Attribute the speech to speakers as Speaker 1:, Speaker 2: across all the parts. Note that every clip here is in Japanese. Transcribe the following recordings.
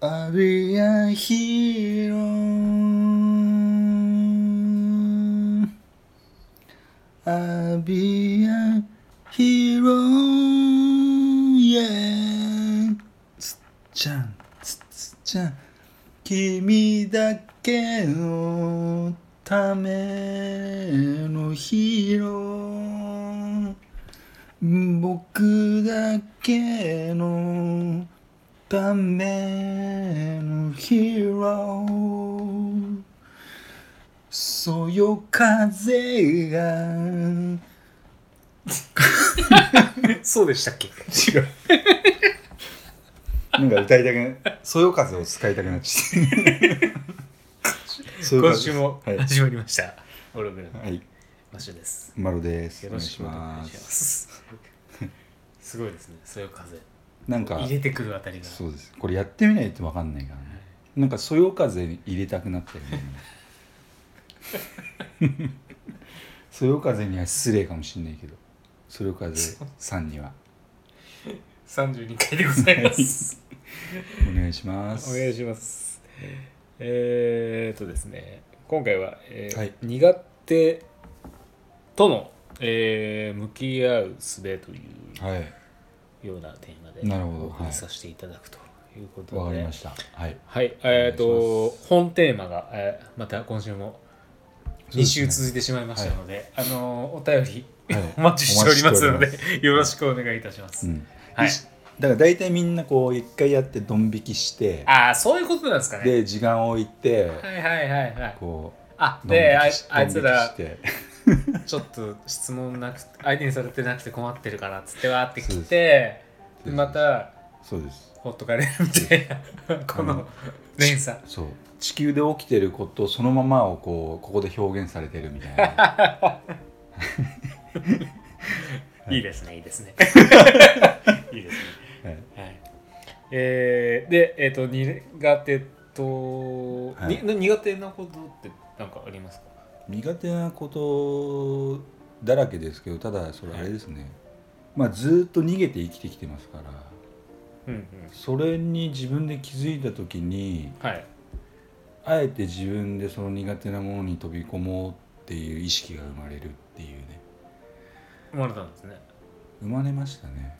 Speaker 1: I'll be a hero. I'll be a hero. Yeah. つっちゃん、つっつっちゃん。君だけのためのヒーロー。僕だけのためのヒーローそよ風が
Speaker 2: そうでしたっけ
Speaker 1: 違うなんか歌いたくなそよ風を使いたくなっちゃってそよ風
Speaker 2: 今週も
Speaker 1: はい、
Speaker 2: 始まりました。オログラム
Speaker 1: はい、
Speaker 2: マシュです。
Speaker 1: マロです
Speaker 2: よろしくお願いしま。
Speaker 1: お願いします
Speaker 2: すごいですね、そういう風。
Speaker 1: すなんか
Speaker 2: 入れてくるあたりが。
Speaker 1: そうですこれやってみないとわかんないからねなんかそよ風に入れたくなったよね そよ風には失礼かもしんないけどそよ風さんには
Speaker 2: 32回でございます。
Speaker 1: お願いします
Speaker 2: お願いします。えーっとですね、今回は、えー
Speaker 1: はい
Speaker 2: 苦手との、えー向き合う術という
Speaker 1: はい
Speaker 2: ようなテーマで
Speaker 1: なるほど
Speaker 2: お送
Speaker 1: は
Speaker 2: り
Speaker 1: い
Speaker 2: させていただくということで。
Speaker 1: わかりましたはい
Speaker 2: はい、えっ、
Speaker 1: お願い
Speaker 2: と
Speaker 1: しま
Speaker 2: 本テーマが、えーまた今週も
Speaker 1: そうですね
Speaker 2: 2週続いてしまいましたので、あのーお便り、
Speaker 1: はい
Speaker 2: お待ちしておりますの
Speaker 1: お待ち
Speaker 2: で
Speaker 1: し
Speaker 2: よろしくお願いいたします。
Speaker 1: うん
Speaker 2: はい、
Speaker 1: だから大体みんなこう一回やってドン引きして
Speaker 2: ああそういうことなんですかね。
Speaker 1: で時間を置いて
Speaker 2: はいはいはいはい。
Speaker 1: こ
Speaker 2: あ
Speaker 1: うドン
Speaker 2: であ
Speaker 1: 引
Speaker 2: い
Speaker 1: きし
Speaker 2: あいつ
Speaker 1: ドン引き
Speaker 2: ら
Speaker 1: して
Speaker 2: ちょっと質問なく相手にされてなくて困ってるからっつってわーって来て
Speaker 1: そうです
Speaker 2: また
Speaker 1: そうです
Speaker 2: ほっとかれるみたいなこ
Speaker 1: あ
Speaker 2: の
Speaker 1: の
Speaker 2: 連鎖。
Speaker 1: そう地球で起きてることそのままをこうここで表現されてるみたいな はい
Speaker 2: いいですね、いい ですね。いいですね。
Speaker 1: はい
Speaker 2: はい、えー、で、えっ、と、苦手と、
Speaker 1: はい
Speaker 2: にな苦手なことって何かありますか
Speaker 1: 苦手なことだらけですけどただそれあれですね、まあずっと逃げて生きてきてますから
Speaker 2: うんうん。
Speaker 1: それに自分で気づいた時に
Speaker 2: はい。
Speaker 1: あえて自分でその苦手なものに飛び込もうっていう意識が生まれるっていうね
Speaker 2: 生まれたんですね。
Speaker 1: 生まれましたね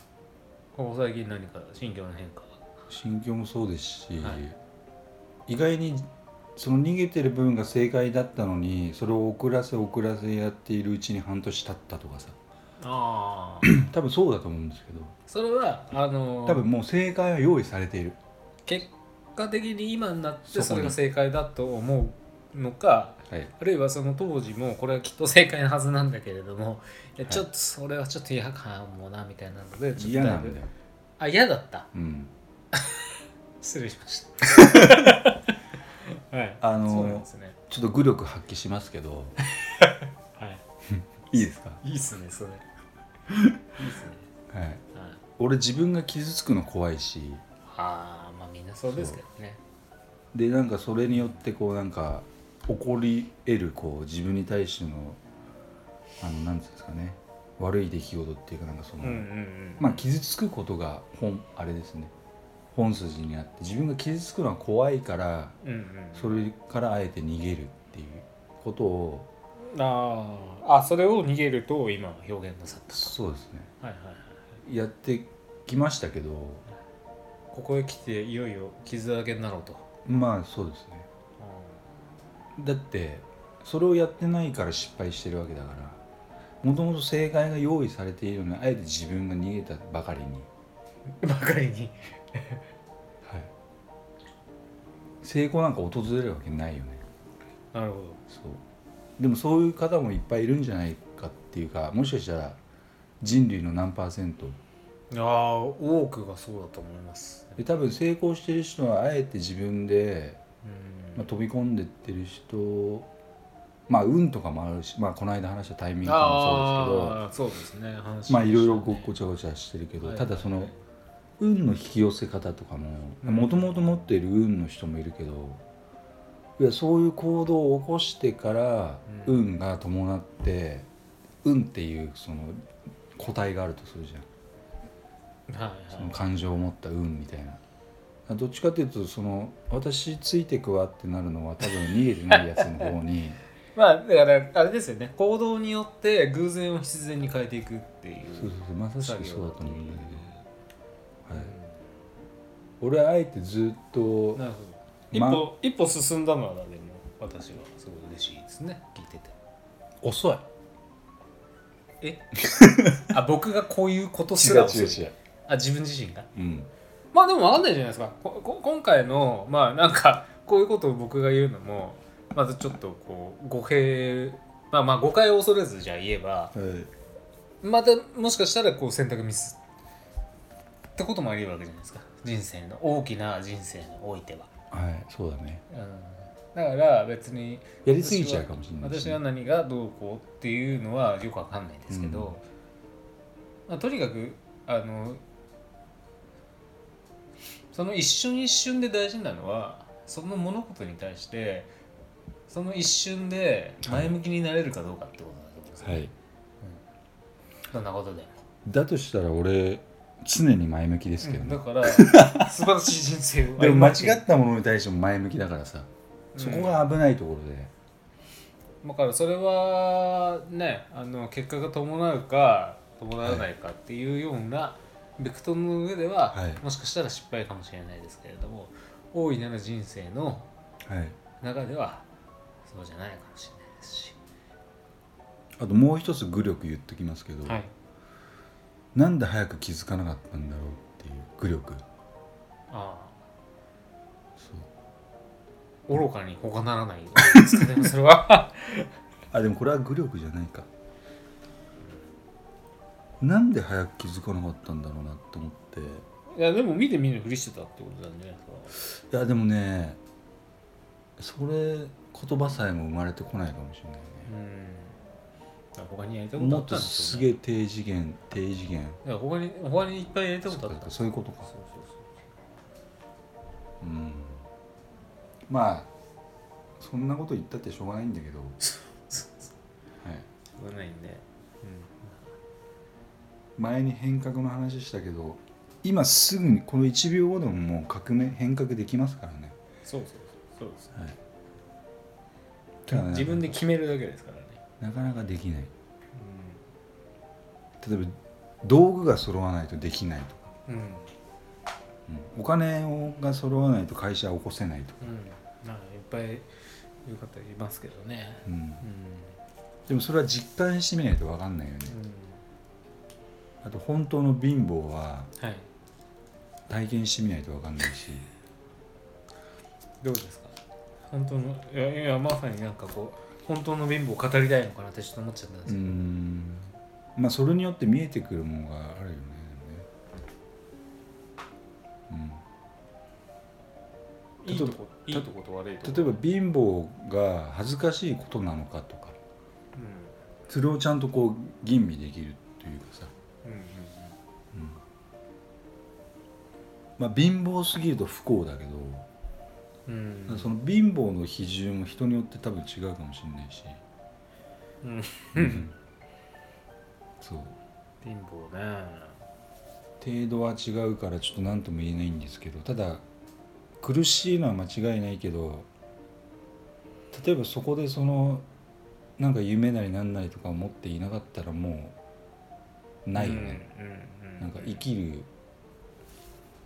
Speaker 2: ここ最近何か心境の変化が。
Speaker 1: 心境もそうですし、
Speaker 2: は
Speaker 1: 意外にその逃げてる部分が正解だったのにそれを遅らせ遅らせやっているうちに半年経ったとかさ
Speaker 2: ああ。
Speaker 1: 多分そうだと思うんですけど
Speaker 2: それは、あのー
Speaker 1: 多分もう正解は用意されている
Speaker 2: 結果的に今になって
Speaker 1: そこに
Speaker 2: それが正解だと思うのか、
Speaker 1: はい
Speaker 2: あるいはその当時もこれはきっと正解のはずなんだけれども、い
Speaker 1: は
Speaker 2: や
Speaker 1: い
Speaker 2: ちょっとそれはちょっと嫌かもなみたいなので、ちょっと
Speaker 1: 嫌
Speaker 2: だ
Speaker 1: ない
Speaker 2: ぶ
Speaker 1: んだよ、
Speaker 2: あ、嫌だった。
Speaker 1: うん、
Speaker 2: 失礼しました。 はい。
Speaker 1: あ
Speaker 2: そうなん
Speaker 1: の
Speaker 2: ですね。
Speaker 1: ちょっと愚力発揮しますけど
Speaker 2: は い。
Speaker 1: いいですか、
Speaker 2: いいっすね、それ。いいっすね。
Speaker 1: はい、
Speaker 2: はい、
Speaker 1: 俺自分が傷つくの怖いし
Speaker 2: ああ、まあみんなそうですけどね。
Speaker 1: でなんかそれによってこうなんか起こり得るこう自分に対してのあのなんていうんですかね悪い出来事っていうかなんかその、
Speaker 2: うんうんうん。
Speaker 1: まあ傷つくことが本あれですね本筋にあって自分が傷つくのは怖いから
Speaker 2: うんうん。
Speaker 1: それからあえて逃げるっていうことを
Speaker 2: ああ、あ、それを逃げると今表現なさった
Speaker 1: そうですね
Speaker 2: と。はいはいはい。
Speaker 1: やってきましたけど
Speaker 2: ここへ来ていよいよ傷だらけになろうと。
Speaker 1: まあそうですねだってそれをやってないから失敗してるわけだからもともと正解が用意されているのにあえて自分が逃げたばかりに、
Speaker 2: ばかりに。
Speaker 1: はい、成功なんか訪れるわけないよね
Speaker 2: なるほど。
Speaker 1: そうでもそういう方もいっぱいいるんじゃないかっていうかもしかしたら人類の何パーセント
Speaker 2: ああ、多くがそうだと思います。
Speaker 1: で多分成功してる人はあえて自分で、
Speaker 2: うん
Speaker 1: まあ、飛び込んでってる人まあ運とかもあるし、まあ、この間話したタイミングとかもそうですけど
Speaker 2: あーそうですね。話し
Speaker 1: まあい
Speaker 2: した
Speaker 1: ろいろごごちゃごちゃしてるけど、
Speaker 2: はい
Speaker 1: ただその運の引き寄せ方とかも
Speaker 2: うん
Speaker 1: もともと持っている運の人もいるけどいやそういう行動を起こしてから
Speaker 2: うん
Speaker 1: 運が伴って運っていうその個体があるとするじゃん
Speaker 2: はいはい
Speaker 1: その感情を持った運みたいなどっちかというとその私ついてくわってなるのは多分逃げてないやつの方 に
Speaker 2: まあだからあれですよね行動によって偶然を必然に変えていくってい
Speaker 1: そうそう
Speaker 2: う
Speaker 1: そうまさし
Speaker 2: 作
Speaker 1: く
Speaker 2: 業
Speaker 1: そうだと思うんだけど、はい、
Speaker 2: う
Speaker 1: 俺はあえてずっと
Speaker 2: んなるほど一
Speaker 1: ま
Speaker 2: 歩一歩進んだのはでも私はすごい嬉しいですね聞いてて
Speaker 1: 遅い
Speaker 2: えあ僕がこういうことす
Speaker 1: 違
Speaker 2: ら
Speaker 1: う
Speaker 2: 遅
Speaker 1: 違
Speaker 2: い
Speaker 1: 違
Speaker 2: う
Speaker 1: う、
Speaker 2: あ自分自身が
Speaker 1: うん、
Speaker 2: まあでも分かんないじゃないですかここ今回のまあなんかこういうことを僕が言うのもまずちょっとこう語弊まあまあ誤解を恐れずじゃあ言えば
Speaker 1: はい
Speaker 2: またもしかしたらこう選択ミスってこともありえるわけじゃないですか人生の大きな人生においては、
Speaker 1: はい、そうだね
Speaker 2: うん、だから別に
Speaker 1: やりすぎちゃうかもしれないし
Speaker 2: 私は何がどうこうっていうのはよくわかんないですけど、
Speaker 1: うん
Speaker 2: まあ、とにかくあのその一瞬一瞬で大事なのはその物事に対してその一瞬で前向きになれるかどうかってことだと思うんですよ、
Speaker 1: はい、
Speaker 2: どんなことでも、
Speaker 1: だとしたら俺常に前向きですけど
Speaker 2: うん
Speaker 1: ね、
Speaker 2: だから 素晴らしい人生を
Speaker 1: でも間違
Speaker 2: っ
Speaker 1: ったものに対しても前向きだからさ、そこが危ないところで
Speaker 2: だからそれはねあの結果が伴うか伴わないかっていうようなベクトルの上では、
Speaker 1: はい
Speaker 2: もしかしたら失敗かもしれないですけれども大いなる人生の
Speaker 1: はい
Speaker 2: 中ではそうじゃないかもしれないですし、
Speaker 1: あともう一つ愚力言っときますけど、
Speaker 2: はい、
Speaker 1: なんで早く気づかなかったんだろうっていう愚力
Speaker 2: あ
Speaker 1: そう
Speaker 2: あ愚かに他ならないようですか ねそれは
Speaker 1: あでもこれは愚力じゃないかなんで早く気づかなかったんだろうなと思ってい
Speaker 2: いやでも見て見ぬふりしてたってことなんじゃないです
Speaker 1: やでもねそれ言葉さえも生まれてこないかもしれないね
Speaker 2: かうんだから他にやりたいことあ
Speaker 1: もっ
Speaker 2: っ
Speaker 1: と
Speaker 2: たんでし
Speaker 1: す
Speaker 2: ょうね
Speaker 1: げえ低次元低次元
Speaker 2: だから他に他にいっぱいやりたいことあったんです
Speaker 1: そういうことか
Speaker 2: よそうそうそ
Speaker 1: う
Speaker 2: う
Speaker 1: んまあそんなこと言ったってしょうがないんだけど、はい、
Speaker 2: 少ないんで、
Speaker 1: 前に変革の話したけど今すぐにこの1秒後でももう革命変革できますからね、
Speaker 2: そうそうそうそうです
Speaker 1: はい、ただね
Speaker 2: 自分で決めるだけですからね、
Speaker 1: なかなかできない例えば道具が揃わないとできないとか、
Speaker 2: うんうん
Speaker 1: うんお金をが揃わないと会社を起こせないとか、
Speaker 2: まあいっぱいいう方いますけどね
Speaker 1: うん
Speaker 2: うん、
Speaker 1: でもそれは実感してみないと分かんないよねあと本当の貧乏は
Speaker 2: はい
Speaker 1: 体験してみないと分かんないし
Speaker 2: どうですか本当のいやいやまさになんかこう本当の貧乏を語りたいのかなってちょっと思っちゃったんです
Speaker 1: う
Speaker 2: けど、
Speaker 1: んまあそれによって見えてくるものがあるよねでもね
Speaker 2: いいとこいいとこと悪いと
Speaker 1: うん、
Speaker 2: こ
Speaker 1: 例えば貧乏が恥ずかしいことなのかとかそれをちゃんとこう吟味できるというかさ、
Speaker 2: うんうんうん
Speaker 1: うんまあ、貧乏すぎると不幸だけど、
Speaker 2: うんうん
Speaker 1: その貧乏の比重も人によって多分違うかもしれないし、
Speaker 2: うん
Speaker 1: うんそう
Speaker 2: 貧乏ね
Speaker 1: 程度は違うからちょっと何とも言えないんですけどただ苦しいのは間違いないけど例えばそこでそのなんか夢なりなんなりとか持っていなかったらもうないよね、、
Speaker 2: うんうんうん、
Speaker 1: なんか生きる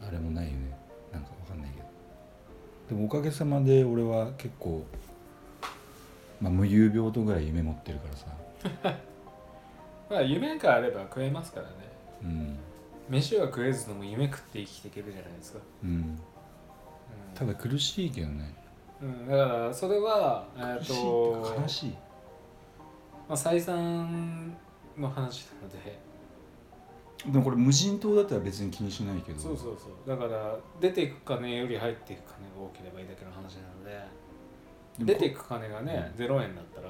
Speaker 1: あれもないよねなんかわかんないけどでもおかげさまで俺は結構、まあ、無遊病とぐらい夢持ってるからさ、
Speaker 2: まあ夢があれば食えますからね
Speaker 1: うん
Speaker 2: 飯は食えずとも夢食って生きていけるじゃないですか、
Speaker 1: うん、
Speaker 2: うん
Speaker 1: ただ苦しいけどね
Speaker 2: うん、だからそれはえ
Speaker 1: 苦しいっ
Speaker 2: ー
Speaker 1: て
Speaker 2: と
Speaker 1: いうか悲しい
Speaker 2: まあ、再三の話なので
Speaker 1: でもこれ無人島だったら別に気にしないけど
Speaker 2: そうそうそうだから出ていく金より入っていく金が多ければいいだけの話なので
Speaker 1: で
Speaker 2: 出
Speaker 1: も
Speaker 2: ていく金がね、0円だったら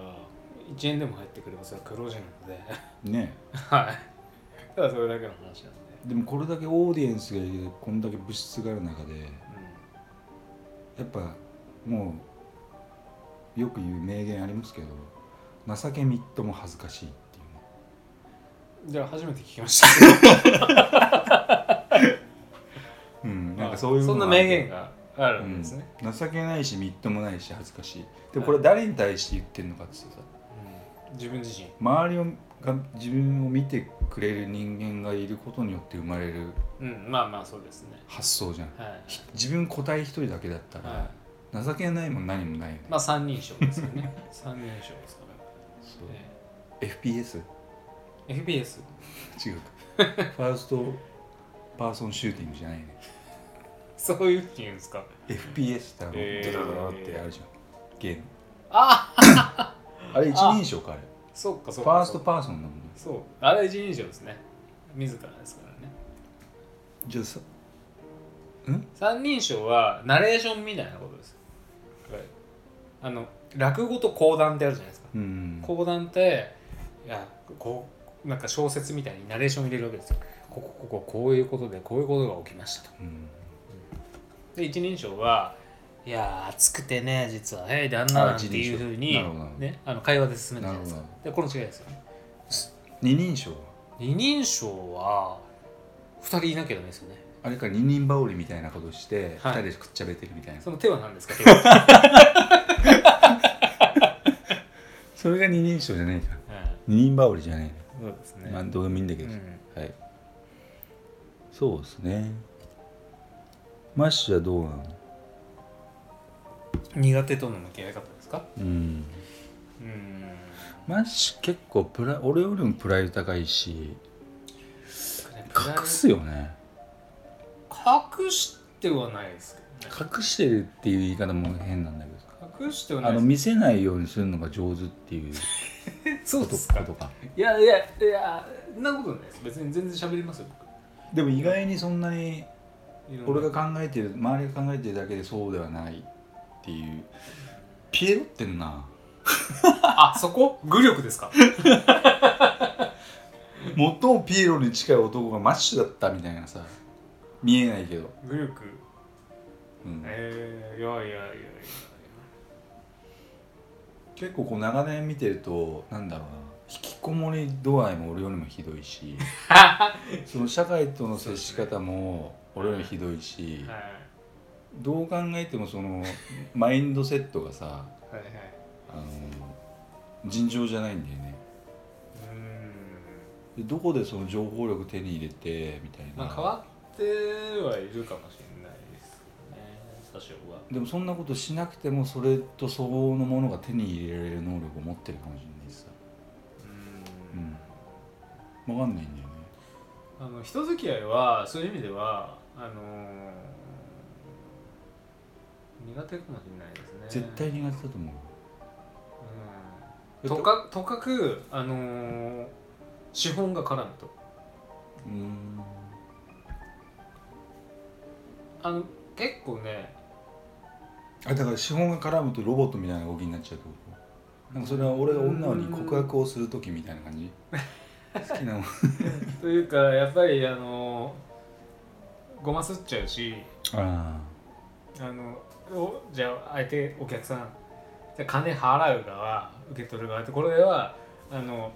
Speaker 2: 1円でも入ってくればそれは黒字なので
Speaker 1: ね
Speaker 2: はいただそれだけの話なので
Speaker 1: でもこれだけオーディエンスがいるこんだけ物質がある中でやっぱもうよく言う名言ありますけど情けみっとも恥ずかしいっていうね
Speaker 2: うんじゃあ初めて聞きました
Speaker 1: うん、なんかそういう
Speaker 2: そんな
Speaker 1: のがある
Speaker 2: 名言があるんですね、
Speaker 1: うん、情けないしみっともないし恥ずかしいでもこれ誰に対して言ってるのかってさ
Speaker 2: うん自分自身
Speaker 1: 周りをが自分を見てくれる人間がいることによって生まれる
Speaker 2: うんまあまあそうですね
Speaker 1: 発想じゃん
Speaker 2: はい、
Speaker 1: 自分個体一人だけだった
Speaker 2: は
Speaker 1: ら情けないも何もないよね
Speaker 2: い、、まあ三人称ですよ ね三人称ですから、
Speaker 1: そう
Speaker 2: ね
Speaker 1: FPS?
Speaker 2: FPS
Speaker 1: 違う かファーストパーソンシューティングじゃないね
Speaker 2: そういうっていうんですか
Speaker 1: FPS ってあの、
Speaker 2: えー
Speaker 1: ドラドラってあるじゃんゲーム
Speaker 2: ああ
Speaker 1: あれ一人称かあれ
Speaker 2: そうかそう
Speaker 1: フ
Speaker 2: か
Speaker 1: ァースト
Speaker 2: そうか
Speaker 1: パーソンなのね
Speaker 2: そうあれ一人称ですね自らですからね
Speaker 1: じゃあさ
Speaker 2: 三人称はナレーションみたいなことですはいあの落語と講談ってあるじゃないですか
Speaker 1: うん
Speaker 2: 講談っていやこうなんか小説みたいにナレーション入れるわけですよこここここういうことでこういうことが起きましたと
Speaker 1: うん
Speaker 2: で一人称はいやー暑くてね実は「えい旦
Speaker 1: あ
Speaker 2: 那」なんて
Speaker 1: 一
Speaker 2: い
Speaker 1: 人
Speaker 2: うふ
Speaker 1: 称
Speaker 2: うに
Speaker 1: なるほどなる、ほど
Speaker 2: ね、あの会話で進めるじゃないですか
Speaker 1: なる
Speaker 2: でこの違いですよね
Speaker 1: 二人称は
Speaker 2: 二人称は二人いなきゃダメですよね
Speaker 1: あれか二人羽織みたいなことして
Speaker 2: は
Speaker 1: 二
Speaker 2: い
Speaker 1: 人でくっちゃべってるみたいな、
Speaker 2: その手は何ですか手 は、
Speaker 1: それが二人称じゃないじゃん
Speaker 2: う
Speaker 1: 二人羽織じゃないね
Speaker 2: ん、そうですね、
Speaker 1: まあどうでもいいんだけ
Speaker 2: う
Speaker 1: ど、
Speaker 2: ん
Speaker 1: はいそうですねマッシュはどうなの
Speaker 2: 苦手との向き合い方ですか
Speaker 1: うん
Speaker 2: うん
Speaker 1: マッシュ結構プラ俺よりもプライド高いし隠すよね
Speaker 2: 隠してはないですけどね
Speaker 1: 隠してるっていう言い方も変なんだけど
Speaker 2: 隠してはな
Speaker 1: あ
Speaker 2: いで
Speaker 1: の
Speaker 2: す
Speaker 1: 見せないようにするのが上手っていう
Speaker 2: そう
Speaker 1: こ
Speaker 2: で
Speaker 1: と
Speaker 2: すか
Speaker 1: とか
Speaker 2: いやいやいやそんなことないです別に全然喋りますよ
Speaker 1: でも意外にそんなに
Speaker 2: 僕いろん
Speaker 1: 俺
Speaker 2: な
Speaker 1: が考えてる周りが考えてるだけでそうではないっていうピエロってん な
Speaker 2: あそこ 愚力ですか
Speaker 1: 最もピエロに近い男がマッシュだったみたいなさ見えないけど、
Speaker 2: 愚力
Speaker 1: うん
Speaker 2: えー、いやいやいやいや
Speaker 1: 結構こう長年見てるとなんだろうな引きこもり度合いも俺よりもひどい しその社会との接し方も俺よりひどいし、
Speaker 2: はい
Speaker 1: どう考えてもそのマインドセットがさ
Speaker 2: はいはい
Speaker 1: あの尋常じゃないんだよね
Speaker 2: うーん
Speaker 1: でどこでその情報力手に入れてみたいな、
Speaker 2: まあ変わってはいるかもしれないですね多少は
Speaker 1: でもそんなことしなくてもそれと相応のものが手に入れられる能力を持ってるかもしれないしさ
Speaker 2: う
Speaker 1: う
Speaker 2: ーん
Speaker 1: ん分かんないんだよね
Speaker 2: あの人付き合いはそういう意味ではあのー、苦手かもしれないですね
Speaker 1: 絶対苦手だと思う
Speaker 2: うんとかとかく、あのー資本が絡むと
Speaker 1: うーん
Speaker 2: あの結構ね
Speaker 1: あだから資本が絡むとロボットみたいな動きになっちゃうってことなんかそれは俺が女に告白をする時みたいな感じ好きなもの
Speaker 2: というかやっぱりあのーごますっちゃうし
Speaker 1: あ
Speaker 2: あのおじゃあ相手お客さんじゃあ金払う側受け取る側ってこれはあの、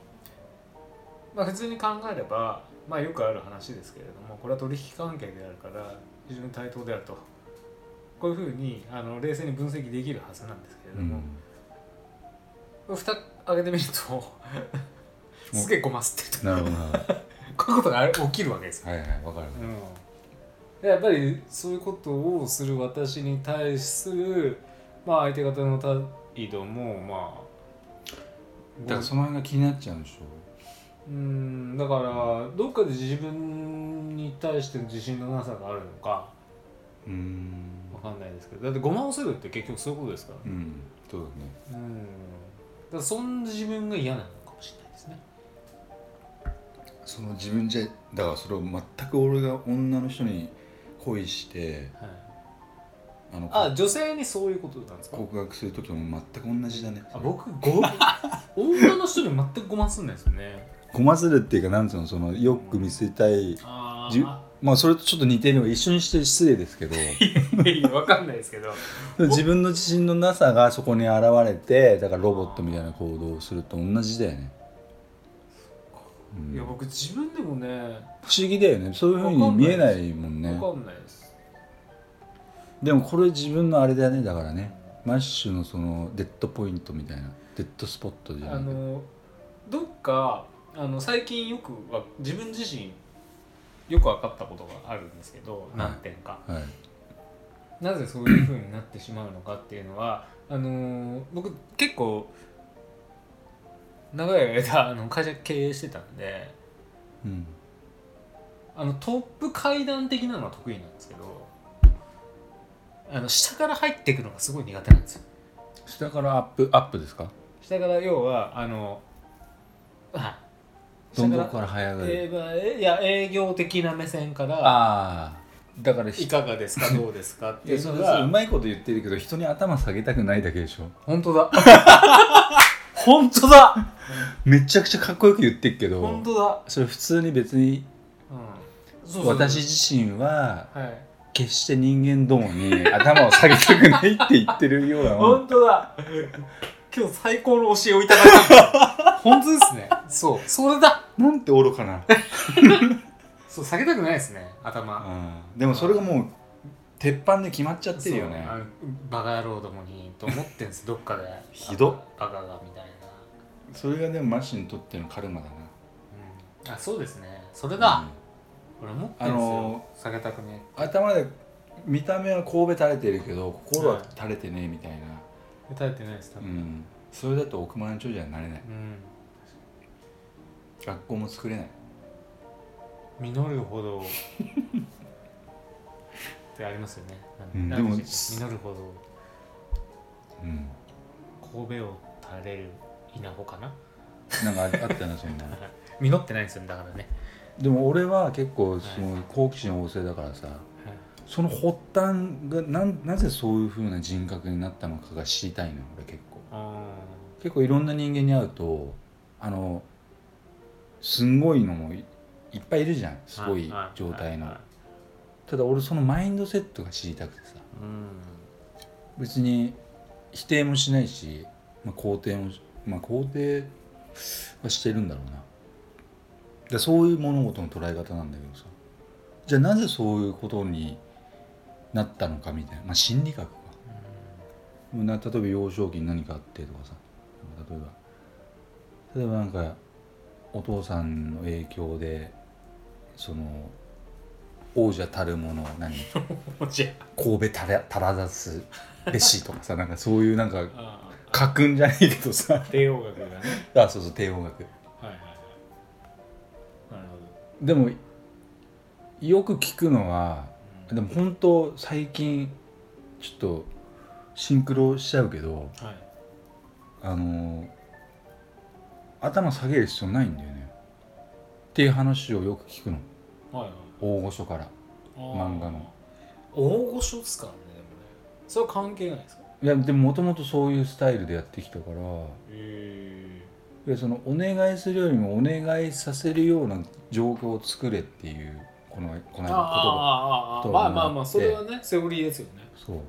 Speaker 2: まあ、普通に考えれば、まあ、よくある話ですけれどもこれは取引関係であるから非常に対等であるとこういうふうにあの冷静に分析できるはずなんですけれ
Speaker 1: あう
Speaker 2: ども、
Speaker 1: ん
Speaker 2: 蓋開けてみるとすげえごますってる
Speaker 1: なるほどなるほど
Speaker 2: とこういうことがあれ起きるわけですよ
Speaker 1: はいはい分かる
Speaker 2: うん、やっぱりそういうことをする私に対する、まあ、相手方の態度もまあ
Speaker 1: だからその辺が気になっちゃうんでしょ
Speaker 2: うんだからどっかで自分に対しての自信のなさがあるのか
Speaker 1: うーん
Speaker 2: わかんないですけどだってごまをするって結局そういうことですか
Speaker 1: うんそうだね
Speaker 2: ら,、うん、だからそんな自分が嫌なのかもしれないですね
Speaker 1: その自分じゃだからそれを全く俺が女の人に恋して
Speaker 2: はい、
Speaker 1: あの
Speaker 2: あ女性にそういうことなんですか
Speaker 1: 告白する時も全く同じだね
Speaker 2: あ僕ご 女の人に全くごますんないですよね
Speaker 1: ごまするっていうかなんつうのそのよく見せたい
Speaker 2: あ
Speaker 1: じゅまあそれとちょっと似てるのが一緒にして失礼ですけど
Speaker 2: いやわかんないですけど
Speaker 1: 自分の自信のなさがそこに現れてだからロボットみたいな行動をすると同じだよね、うん
Speaker 2: いや僕自分でもね
Speaker 1: 不思議だよねそういうふうに見えないもんね
Speaker 2: わかんないです
Speaker 1: でもこれ自分のあれだよねだからねマッシュのそのデッドポイントみたいなデッドスポットじゃな
Speaker 2: あ
Speaker 1: くて
Speaker 2: のどっかあの最近よくわ自分自身よく分かったことがあるんですけど、
Speaker 1: い
Speaker 2: 何点か
Speaker 1: はい
Speaker 2: なぜそういうふうになってしまうのかっていうのはあの僕結構長い間あの会社経営してたんで
Speaker 1: うん
Speaker 2: あのトップ階段的なのは得意なんですけどあの下から入っていくのがすごい苦手なんですよ
Speaker 1: 下からアップアップですか
Speaker 2: 下から要はあのあ
Speaker 1: どんどんから早上がり、
Speaker 2: えーまあえいや営業的な目線から
Speaker 1: ああだからひ
Speaker 2: いかがです かどうですかって
Speaker 1: いや
Speaker 2: いう
Speaker 1: そ
Speaker 2: の
Speaker 1: れそれう
Speaker 2: が
Speaker 1: まいこと言ってるけど人に頭下げたくないだけでしょ
Speaker 2: 本当だ本当だ
Speaker 1: めちゃくちゃかっこよく言ってるけど
Speaker 2: 本当だ、
Speaker 1: それ普通に別に
Speaker 2: うん、そうそう
Speaker 1: 私自身は
Speaker 2: はい
Speaker 1: 決して人間どもに 頭を下げたくないって言ってるようなもん
Speaker 2: 本当だ 今日最高の教えをいただいた 本当ですねそうそれだ
Speaker 1: なんて愚か な、
Speaker 2: そう下げたくないですね頭
Speaker 1: うん、でもそれがもう鉄板で決まっちゃってるよね
Speaker 2: そうあのバカ野郎どもにと思ってんですどっかで
Speaker 1: ひどっ
Speaker 2: バカがみたいな、
Speaker 1: それがでもマシにとってのカルマだな
Speaker 2: うん、あそうですねそれだ、俺思ってんですよ、
Speaker 1: あの
Speaker 2: 下げたくね
Speaker 1: うん頭で見た目は神戸垂れてるけど心は垂れてねえみたいな、
Speaker 2: 打たれてないです多
Speaker 1: う
Speaker 2: 分
Speaker 1: ん、それだと億万長者になれない
Speaker 2: うん
Speaker 1: 学校も作れない
Speaker 2: 実る ほどってありますよね
Speaker 1: うん
Speaker 2: な
Speaker 1: で
Speaker 2: んか
Speaker 1: も
Speaker 2: なんか実るほど
Speaker 1: うん
Speaker 2: 神戸を垂れる稲穂かな
Speaker 1: なんかあったなそんな
Speaker 2: 実ってないんですよねだからね、
Speaker 1: でも俺は結構その好奇心旺盛だからさその発端がなんなぜそういうふうな人格になったのかが知りたいのよ俺結構
Speaker 2: あ
Speaker 1: 結構いろんな人間に会うとあのすんごいのもいいっぱいいるじゃん
Speaker 2: ー
Speaker 1: すごい
Speaker 2: はは
Speaker 1: 状態の
Speaker 2: はい
Speaker 1: ただ俺そのマインドセットが知りたくてさ
Speaker 2: うん
Speaker 1: 別に否定もしないし、まあ、肯定もしまあ肯定はしてるんだろうなでそういう物事の捉え方なんだけどさじゃあなぜそういうことになったのかみたいな、まあ、心理学かな例えば幼少期に何かあってとかさ例えば例えばなんかお父さんの影響でその王者たるもの何
Speaker 2: うんじゃ
Speaker 1: 神戸たらたらざすべしとかさなんかそういうなんか
Speaker 2: あー
Speaker 1: 家訓じゃないけどさ
Speaker 2: 帝王学がね
Speaker 1: あそうそう帝王学
Speaker 2: はいはいはいなるほど
Speaker 1: でもよく聞くのはでも本当最近ちょっとシンクロしちゃうけど
Speaker 2: うんはい
Speaker 1: あのー頭下げる必要ないんだよねっていう話をよく聞くの
Speaker 2: はいはい
Speaker 1: 大御所から
Speaker 2: あー
Speaker 1: 漫画の
Speaker 2: 大御所っすからねでもねそれは関係ないですか
Speaker 1: いやでももともとそういうスタイルでやってきたから
Speaker 2: え
Speaker 1: でそのお願いするよりもお願いさせるような状況を作れっていうこのこの間
Speaker 2: あー
Speaker 1: の言葉
Speaker 2: あーあーあー
Speaker 1: 言葉
Speaker 2: まあ
Speaker 1: になって
Speaker 2: まあまあそれはねセオリーですよね、
Speaker 1: そう
Speaker 2: は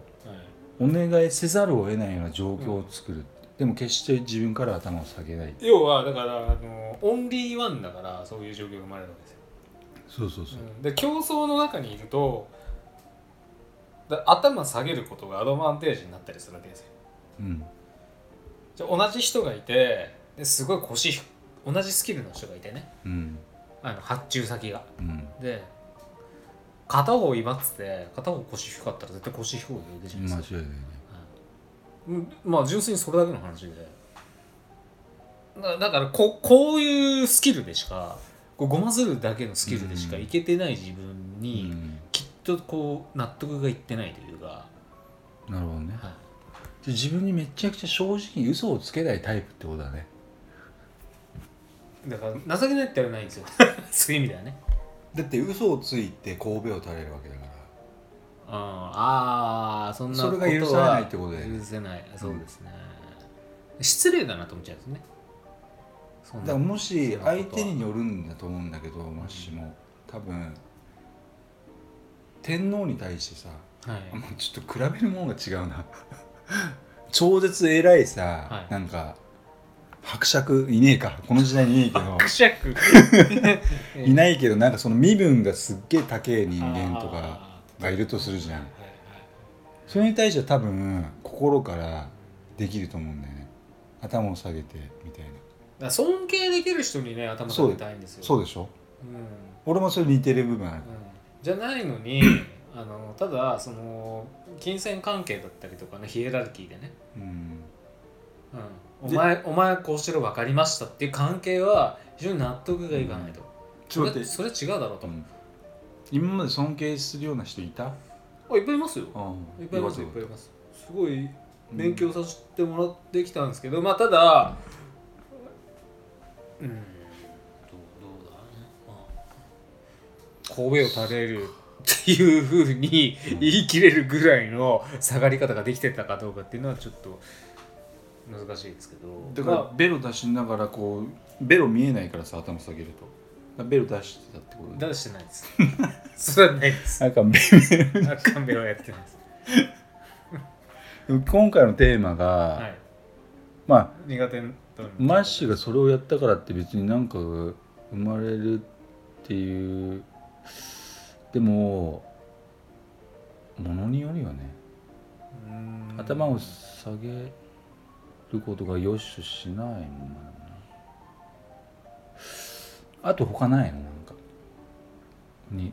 Speaker 2: い、
Speaker 1: お願いせざるを得ないような状況を作る、でも決して自分から頭を下げない
Speaker 2: 要はだからあのオンリーワンだからそういう状況が生まれるわけですよ、
Speaker 1: そうそうそう、
Speaker 2: うんで競争の中にいるとだ頭下げることがアドバンテージになったりするわけですよ
Speaker 1: うん
Speaker 2: じゃあ同じ人がいてですごい腰ひ同じスキルの人がいてね
Speaker 1: うん
Speaker 2: あの発注先が
Speaker 1: うん
Speaker 2: で片方威張ってて片方腰低かったら絶対腰低いよ出ちゃいます
Speaker 1: 間違
Speaker 2: か
Speaker 1: いないね
Speaker 2: うんまあ純粋にそれだけの話でだだからここういうスキルでしかこうごまずるだけのスキルでしか
Speaker 1: うん
Speaker 2: いけてない自分
Speaker 1: う
Speaker 2: に
Speaker 1: ん
Speaker 2: きっとこう納得がいってないというか、
Speaker 1: なるほどね
Speaker 2: はい
Speaker 1: で自分にめちゃくちゃ正直に嘘をつけないタイプってことだね
Speaker 2: だから情けないって言われないんで すよそういう意味だよね
Speaker 1: だって嘘をついて神戸を垂れるわけだから
Speaker 2: うんああそんな
Speaker 1: そ
Speaker 2: こ
Speaker 1: れ
Speaker 2: と
Speaker 1: が
Speaker 2: は
Speaker 1: 許されないってことだよね
Speaker 2: 許せないそうですね、失礼だなと思っちゃうんですねそん
Speaker 1: だか
Speaker 2: な
Speaker 1: らもし
Speaker 2: そんなことは
Speaker 1: 相手によるんだと思うんだけどマッシュも多分天皇に対してさ
Speaker 2: はい
Speaker 1: あんまちょっと比べるもんが違うな 超絶偉いさ、
Speaker 2: はい
Speaker 1: なんか伯爵いねえかこの時代にいね えけど
Speaker 2: くしゃく
Speaker 1: いないけどなんかその身分がすっげえ高え人間と
Speaker 2: あ
Speaker 1: かがいるとするじゃん
Speaker 2: ーはいはい
Speaker 1: それに対しては多分心からできると思うんだよね頭を下げてみたいな
Speaker 2: ら尊敬できる人にね頭下げたいんですよ
Speaker 1: そうでしょ
Speaker 2: うん
Speaker 1: 俺もそれ似てる部分ある
Speaker 2: うんじゃないの にあのただその金銭関係だったりとかねヒエラルキーでね、
Speaker 1: うん
Speaker 2: うん、お前お前こうしろ分かりましたっていう関係は非常に納得がいかないと、
Speaker 1: ちょっと
Speaker 2: そ
Speaker 1: 待
Speaker 2: れ
Speaker 1: って
Speaker 2: それ違うだろうと、
Speaker 1: うん今まで尊敬するような人いたあ
Speaker 2: あいっぱいいますよ
Speaker 1: あ
Speaker 2: いっぱいいますい
Speaker 1: よ
Speaker 2: っ
Speaker 1: かた
Speaker 2: ぱいい
Speaker 1: よか
Speaker 2: ますすごい
Speaker 1: った
Speaker 2: 勉強させてもらってきたんですけど、まあただうんどうどうだろうね、まあ、神戸を垂れる っていうふうに
Speaker 1: うん
Speaker 2: 言い切れるぐらいの下がり方ができてたかどうかっていうのはちょっと難しいですけど
Speaker 1: だから、
Speaker 2: ま
Speaker 1: ベロ出しながらこうベロ見えないからさ頭下げるとだからベロ出してたってこ
Speaker 2: あ
Speaker 1: と
Speaker 2: だしてないですそれはないです
Speaker 1: なんか ベ
Speaker 2: カンベロはやってないです
Speaker 1: ロ今回のテーマが、
Speaker 2: はい
Speaker 1: まあ
Speaker 2: 苦手な
Speaker 1: マッシュがそれをやったからって別になんか生まれるっていうでもものによるよね
Speaker 2: うん
Speaker 1: 頭を下げることがよしとしないもんなあと他ないのなんかに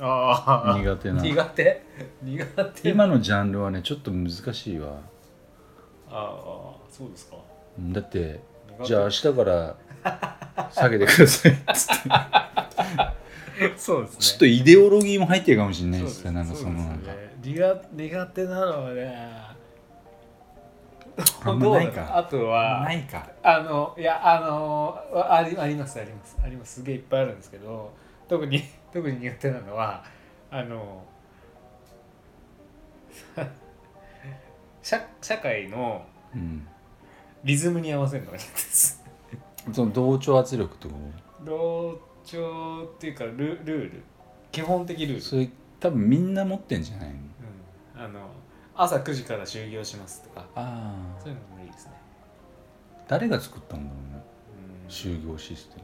Speaker 2: ああ
Speaker 1: 苦手な
Speaker 2: 苦手苦手
Speaker 1: 今のジャンルはねちょっと難しいわ
Speaker 2: ああそうですか
Speaker 1: うんだって
Speaker 2: 苦手
Speaker 1: じゃあ明日から下げてくだ さいっつって
Speaker 2: そうですね
Speaker 1: ちょっとイデオロギーも入ってるかもしれない
Speaker 2: そ
Speaker 1: で
Speaker 2: うですす
Speaker 1: ね。なんか
Speaker 2: そう
Speaker 1: その
Speaker 2: です
Speaker 1: なんか。
Speaker 2: ね苦苦手なのはね
Speaker 1: あんまない
Speaker 2: どうだろう
Speaker 1: か
Speaker 2: あとは
Speaker 1: ないか。
Speaker 2: あのいやあのありありますありますありますすげえいっぱいあるんですけど特に 特に苦手なのはあの 社社会の
Speaker 1: うん。
Speaker 2: リズムに合わせるのが苦手です
Speaker 1: その同調圧力ってこ
Speaker 2: 同調っていうかルルール基本的ルー
Speaker 1: と
Speaker 2: ル
Speaker 1: それ多分みんな持ってんじゃないの
Speaker 2: うんあの朝9時から就業しますとか
Speaker 1: ああ。
Speaker 2: そういうのもいいですね、
Speaker 1: 誰が作ったんだろうね。
Speaker 2: う
Speaker 1: 就業システム。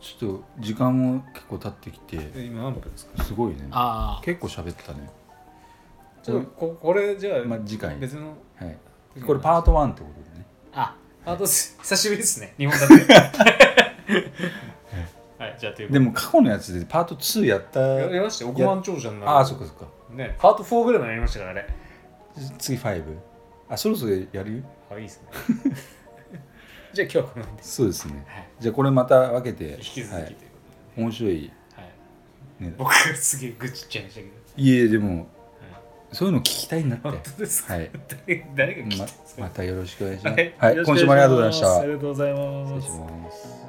Speaker 1: ちょっと時間も結構経ってきて、
Speaker 2: ん、今何分ですか
Speaker 1: すごいね。
Speaker 2: あ
Speaker 1: 結構喋ったね。
Speaker 2: ちょっとここれじゃあ、
Speaker 1: まあ、次回。は
Speaker 2: 別の
Speaker 1: い。これパート1ってことでね。
Speaker 2: あパー トス久しぶりですね日本だってはいじゃあというこ
Speaker 1: で
Speaker 2: と
Speaker 1: も過去のやつでパート2やった。
Speaker 2: でやりましたよ億万長者になる
Speaker 1: ああ、そっかそっか。
Speaker 2: ねパート4ぐらいまでやりましたから あれ
Speaker 1: 次5。あ、そろそろやる
Speaker 2: はいいいですね じゃあ今日はこの辺で
Speaker 1: そうですね。
Speaker 2: はい
Speaker 1: じゃあこれまた分けて、
Speaker 2: 引き
Speaker 1: は
Speaker 2: 続き
Speaker 1: い、
Speaker 2: ということで
Speaker 1: 面白い。
Speaker 2: はい、
Speaker 1: ね
Speaker 2: 僕がすげえ愚痴っちゃいましたけど、
Speaker 1: いえでも
Speaker 2: はい、
Speaker 1: そういうの聞きたいんだって。
Speaker 2: 本当です か、
Speaker 1: はい。
Speaker 2: 誰誰が聞いたん
Speaker 1: ま
Speaker 2: ですか、
Speaker 1: またよろしくお願いします。
Speaker 2: はい
Speaker 1: はい、
Speaker 2: よろしくお
Speaker 1: 今
Speaker 2: 願いします
Speaker 1: 週もありがとうございました。
Speaker 2: ありがとうござい
Speaker 1: 失
Speaker 2: ま
Speaker 1: 礼
Speaker 2: す
Speaker 1: し。ます。